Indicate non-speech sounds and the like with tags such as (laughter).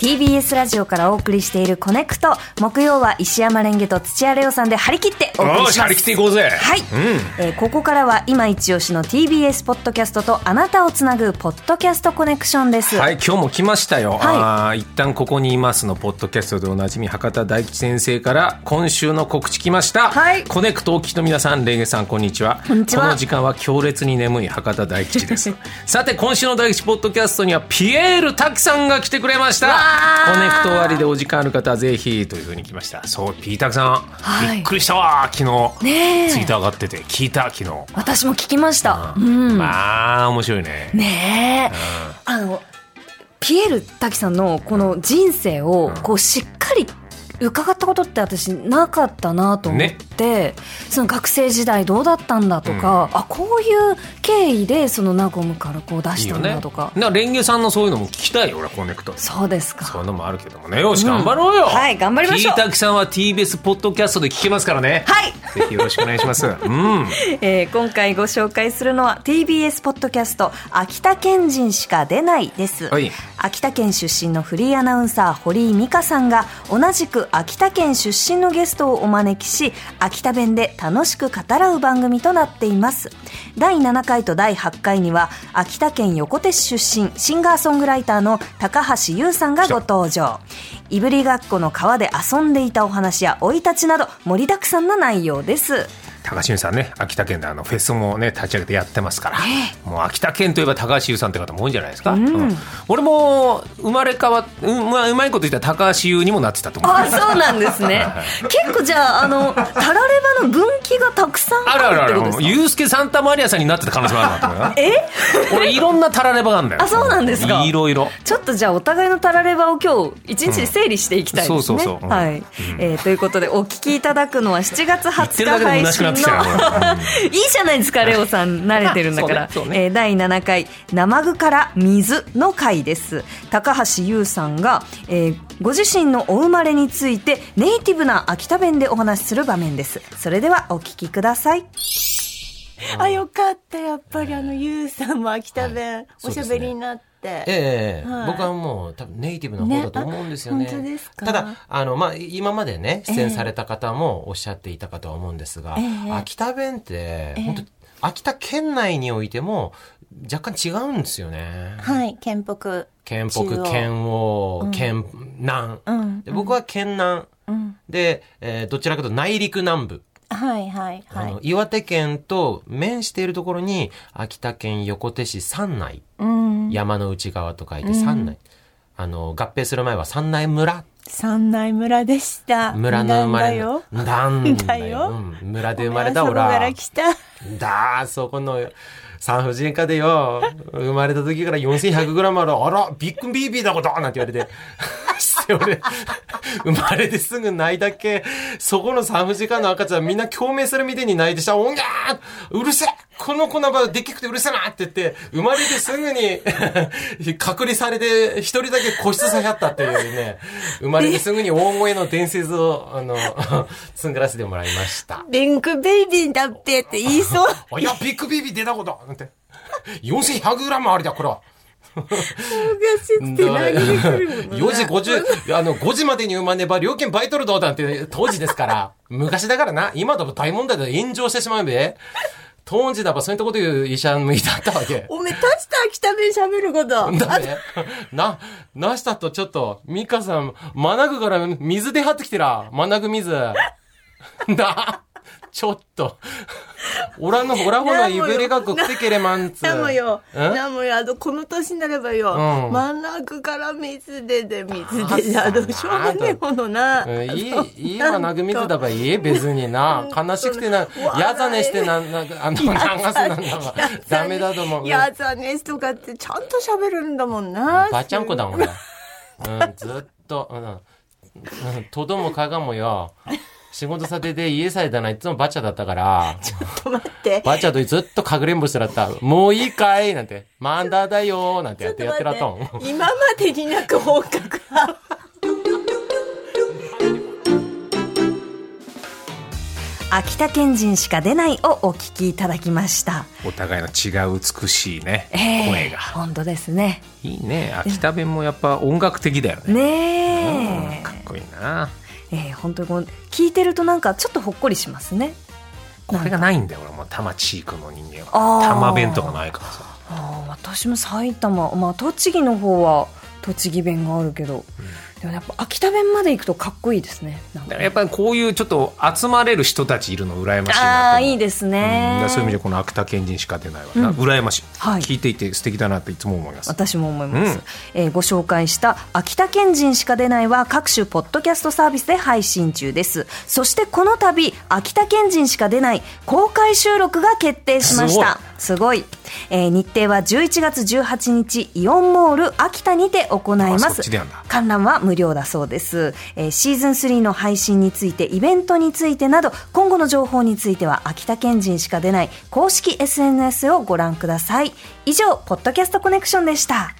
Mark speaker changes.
Speaker 1: TBS ラジオからお送りしているコネクト木曜は石山レンゲと土屋レオさんで張り切ってお送りし
Speaker 2: よ
Speaker 1: ま
Speaker 2: し
Speaker 1: す
Speaker 2: 張り切っていこうぜ
Speaker 1: はい、えーここからは今一押しの TBS ポッドキャストとあなたをつなぐポッドキャストコネクションです、
Speaker 2: はい、今日も来ましたよ。
Speaker 1: はい
Speaker 2: あー一旦ここにいますのポッドキャストでおなじみ博多大吉先生から今週の告知来ました。
Speaker 1: はい
Speaker 2: コネクトお聞きの皆さん、レンゲさんこんにちは。
Speaker 1: こんにちは
Speaker 2: の時間は強烈に眠い博多大
Speaker 1: (laughs)
Speaker 2: 吉です。さて今週の大吉ポッドキャストにはピエール滝さんが来てくれました
Speaker 1: わ。ー
Speaker 2: コネクト終わりでお時間ある方はぜひというふうに来ました。そう、ピータクさん、
Speaker 1: はい
Speaker 2: びっくりしたわ昨日。
Speaker 1: ねえ
Speaker 2: ツイッター上がってて聞いた昨日。
Speaker 1: 私も聞きました、
Speaker 2: まあ面白いね。
Speaker 1: ねえ、あのピエール滝さんのこの人生をこうしっかり伺ったことって私なかったなと思って、その学生時代どうだったんだとか、あこういう経緯でそのナゴムからこう出
Speaker 2: いい
Speaker 1: し
Speaker 2: よ
Speaker 1: たん
Speaker 2: ね
Speaker 1: だとか。
Speaker 2: なレンゲさんのそういうのも聞きたいよ俺はコネクト
Speaker 1: そうですか
Speaker 2: そういうのもあるけどもねよし頑張ろうよ、
Speaker 1: はい頑張りましょう
Speaker 2: キータキさんは TBS ポッドキャストで聞けますからね
Speaker 1: はい、
Speaker 2: ぜひよろしくお願いしま
Speaker 1: (laughs)
Speaker 2: すうん
Speaker 1: えー今回ご紹介するのは TBS ポッドキャスト「秋田県人しか出ない」です、
Speaker 2: はい
Speaker 1: 秋田県出身のフリーアナウンサー堀井美香さんが同じく秋田県出身のゲストをお招きし秋田弁で楽しく語らう番組となっています第7回と第8回には秋田県横手市出身シンガーソングライターの高橋優さんがご登場いぶりがっこの川で遊んでいたお話や生い立ちなど盛りだくさんな内容です
Speaker 2: 高橋優さんね秋田県であのフェスもね立ち上げてやってますから、もう秋田県といえば高橋優さんって方も多いんじゃないですか、うん俺も生まれ変わっ、うんまあ、うまいこと言ったら高橋優にもなってたと思う
Speaker 1: あそうなんですね。結構じゃあ、あの、タラレバの分岐がたくさん
Speaker 2: あるある
Speaker 1: あ
Speaker 2: あ
Speaker 1: るって
Speaker 2: る
Speaker 1: ことですか
Speaker 2: ユースケ・サンタマリアさんになってた可能性もあるなと思う
Speaker 1: (laughs)
Speaker 2: よ俺いろんなタラレバがあるんだよ
Speaker 1: あそうなんですか
Speaker 2: いろいろ
Speaker 1: ちょっとじゃあお互いのタラレバを今日一日で整理していきたいですね。
Speaker 2: うんそうそうそううん
Speaker 1: はい、えーということでお聞きいただくのは7月
Speaker 2: 言って
Speaker 1: 20
Speaker 2: るだ
Speaker 1: 日
Speaker 2: けで
Speaker 1: 配
Speaker 2: 虚しく
Speaker 1: 信
Speaker 2: な
Speaker 1: の
Speaker 2: ってきた
Speaker 1: (laughs)
Speaker 2: よ、
Speaker 1: いいじゃないですかレオさん慣れてるんだから
Speaker 2: (laughs) そうねそうね
Speaker 1: えー第7回「生具から水」の回です高橋優さんが、えーご自身のお生まれについてネイティブな秋田弁でお話しする場面ですそれではお聞きください
Speaker 3: あ、よかった。やっぱりあの、ゆうさんも秋田弁、
Speaker 2: そう
Speaker 3: おし
Speaker 2: で
Speaker 3: ゃ
Speaker 2: すね
Speaker 3: べりになって。
Speaker 4: ええ
Speaker 3: はい
Speaker 4: 僕はもう多分ネイティブな方だと思うんですよね。
Speaker 3: ねあ本当ですか
Speaker 4: ただ、あの、まあ、今までね、出演された方もおっしゃっていたかとは思うんですが、
Speaker 3: ええ
Speaker 4: 秋田弁って、
Speaker 3: え
Speaker 4: 本当秋田県内においても若干違うんですよね。
Speaker 3: はい、県北。
Speaker 4: 県
Speaker 3: 中
Speaker 4: 北、
Speaker 3: 央
Speaker 4: 県央、県南。
Speaker 3: うん
Speaker 4: で僕は県南。
Speaker 3: うん。
Speaker 4: で、えーどちらかというと内陸南部。
Speaker 3: はい、はい、は
Speaker 4: あ
Speaker 3: い。
Speaker 4: の岩手県と面しているところに、秋田県横手市山内。
Speaker 3: うん。
Speaker 4: 山の内側と書いて山内、あの合併する前は山内村
Speaker 3: 三内村でした。
Speaker 4: 村の生まれ
Speaker 3: なんだよ。
Speaker 4: なんだ
Speaker 3: だ
Speaker 4: よ
Speaker 3: よ
Speaker 4: うん村で生まれた
Speaker 3: お
Speaker 4: オ
Speaker 3: 前はそこか
Speaker 4: ラ
Speaker 3: ら来た。
Speaker 4: だあそこの産婦人科でよ生まれた時から 4100g あるあらビッグビービーだことなんて言われてして俺生まれてすぐ泣いたっけそこの産婦人科の赤ちゃんみんな共鳴するみたいに泣いてしたおんぎゃーうるせえこの子の場でっきくてうるせえなって言って生まれてすぐに隔離されて一人だけ個室下がったっていうね生まれてすぐに大声の伝説をあの (laughs) 紡らせてもらいました
Speaker 3: リンクベイビーだってって言いそう。
Speaker 4: あ、いや、ビッグビビ出たことなんて。4100g あれだ、これは。
Speaker 3: 昔って何で来るの
Speaker 4: 4時50、あの、5時までに生まねば、料金倍取るどうなんて、当時ですから。昔だからな、今だと大問題で炎上してしまうべ。当時だば、そういったこと言う医者向いてあったわけ。
Speaker 3: おめえ、たした秋田弁喋ること。
Speaker 4: だね。 (laughs) な、なしたとちょっと、ミカさん、マナグから水出張ってきてら、マナグ水。 (laughs) な、ちょっと。オラの、オラほのいぶりがくってけれまんつ。
Speaker 3: なもよ。
Speaker 4: ん
Speaker 3: なもよ。あの、この年になればよ。
Speaker 4: うん
Speaker 3: 真ん中から水出て、水
Speaker 4: あ
Speaker 3: 出て、あ
Speaker 4: そう
Speaker 3: の、
Speaker 4: だ
Speaker 3: しょうがねえものな。
Speaker 4: うんいい、いいわ、
Speaker 3: (laughs)
Speaker 4: 殴水だばいい別にな。悲しくてな、やざねしてな、なんか、あの、流すなんだわ。ダメだと思う。
Speaker 3: やざねとかってちゃんと喋るんだもんな。
Speaker 4: ばちゃんこだもんな。うん、ずっと、うんうん。とどもかがもよ。仕事さてで家さえだな、いつもバチャだったから、
Speaker 3: ちょっと待って。
Speaker 4: バチャとずっとかぐれんぼしてらった。もういいかいなんて、マンダーだよなんてやってやってらったもん。
Speaker 3: 今までになく本格派。
Speaker 1: (laughs) 秋田県人しか出ないをお聞きいただきました。
Speaker 2: お互いの違う美しいね、
Speaker 1: ええ
Speaker 2: 声が
Speaker 1: 本当ですね。
Speaker 2: いいね秋田弁もやっぱ音楽的だよねうん
Speaker 1: ね
Speaker 2: かっこいいな
Speaker 1: え。ええ本当にこう聞いてるとなんかちょっとほっこりしますね。
Speaker 2: これがないんだよ俺も多摩地域の人間
Speaker 1: あ
Speaker 2: は
Speaker 1: ー
Speaker 2: 多摩弁とかないからさ
Speaker 1: ああ私も埼玉、まあ、栃木の方は栃木弁があるけど、でもやっぱ秋田弁まで行くとかっこいいですねなんか
Speaker 2: だからやっぱりこういうちょっと集まれる人たちいるの羨ましいな
Speaker 1: ああ
Speaker 2: と思う
Speaker 1: いいです
Speaker 2: うんだ
Speaker 1: ね
Speaker 2: からそういう意味でこの秋田県人しか出ないわ、な
Speaker 1: うん
Speaker 2: 羨ましい、
Speaker 1: はい
Speaker 2: 聞いていて素敵だなっていつも思います
Speaker 1: 私も思います、
Speaker 2: うん
Speaker 1: えーご紹介した「秋田県人しか出ない」は各種ポッドキャストサービスで配信中ですそしてこの度「秋田県人しか出ない」公開収録が決定しましたすごいえー日程は11月18日イオンモール秋田にて行いま
Speaker 2: あそ
Speaker 1: す
Speaker 2: っちでやんだ
Speaker 1: 観覧は無料だそうです、えーシーズン3の配信についてイベントについてなど今後の情報については秋田県人しか出ない公式 SNS をご覧ください以上「ポッドキャストコネクション」でした。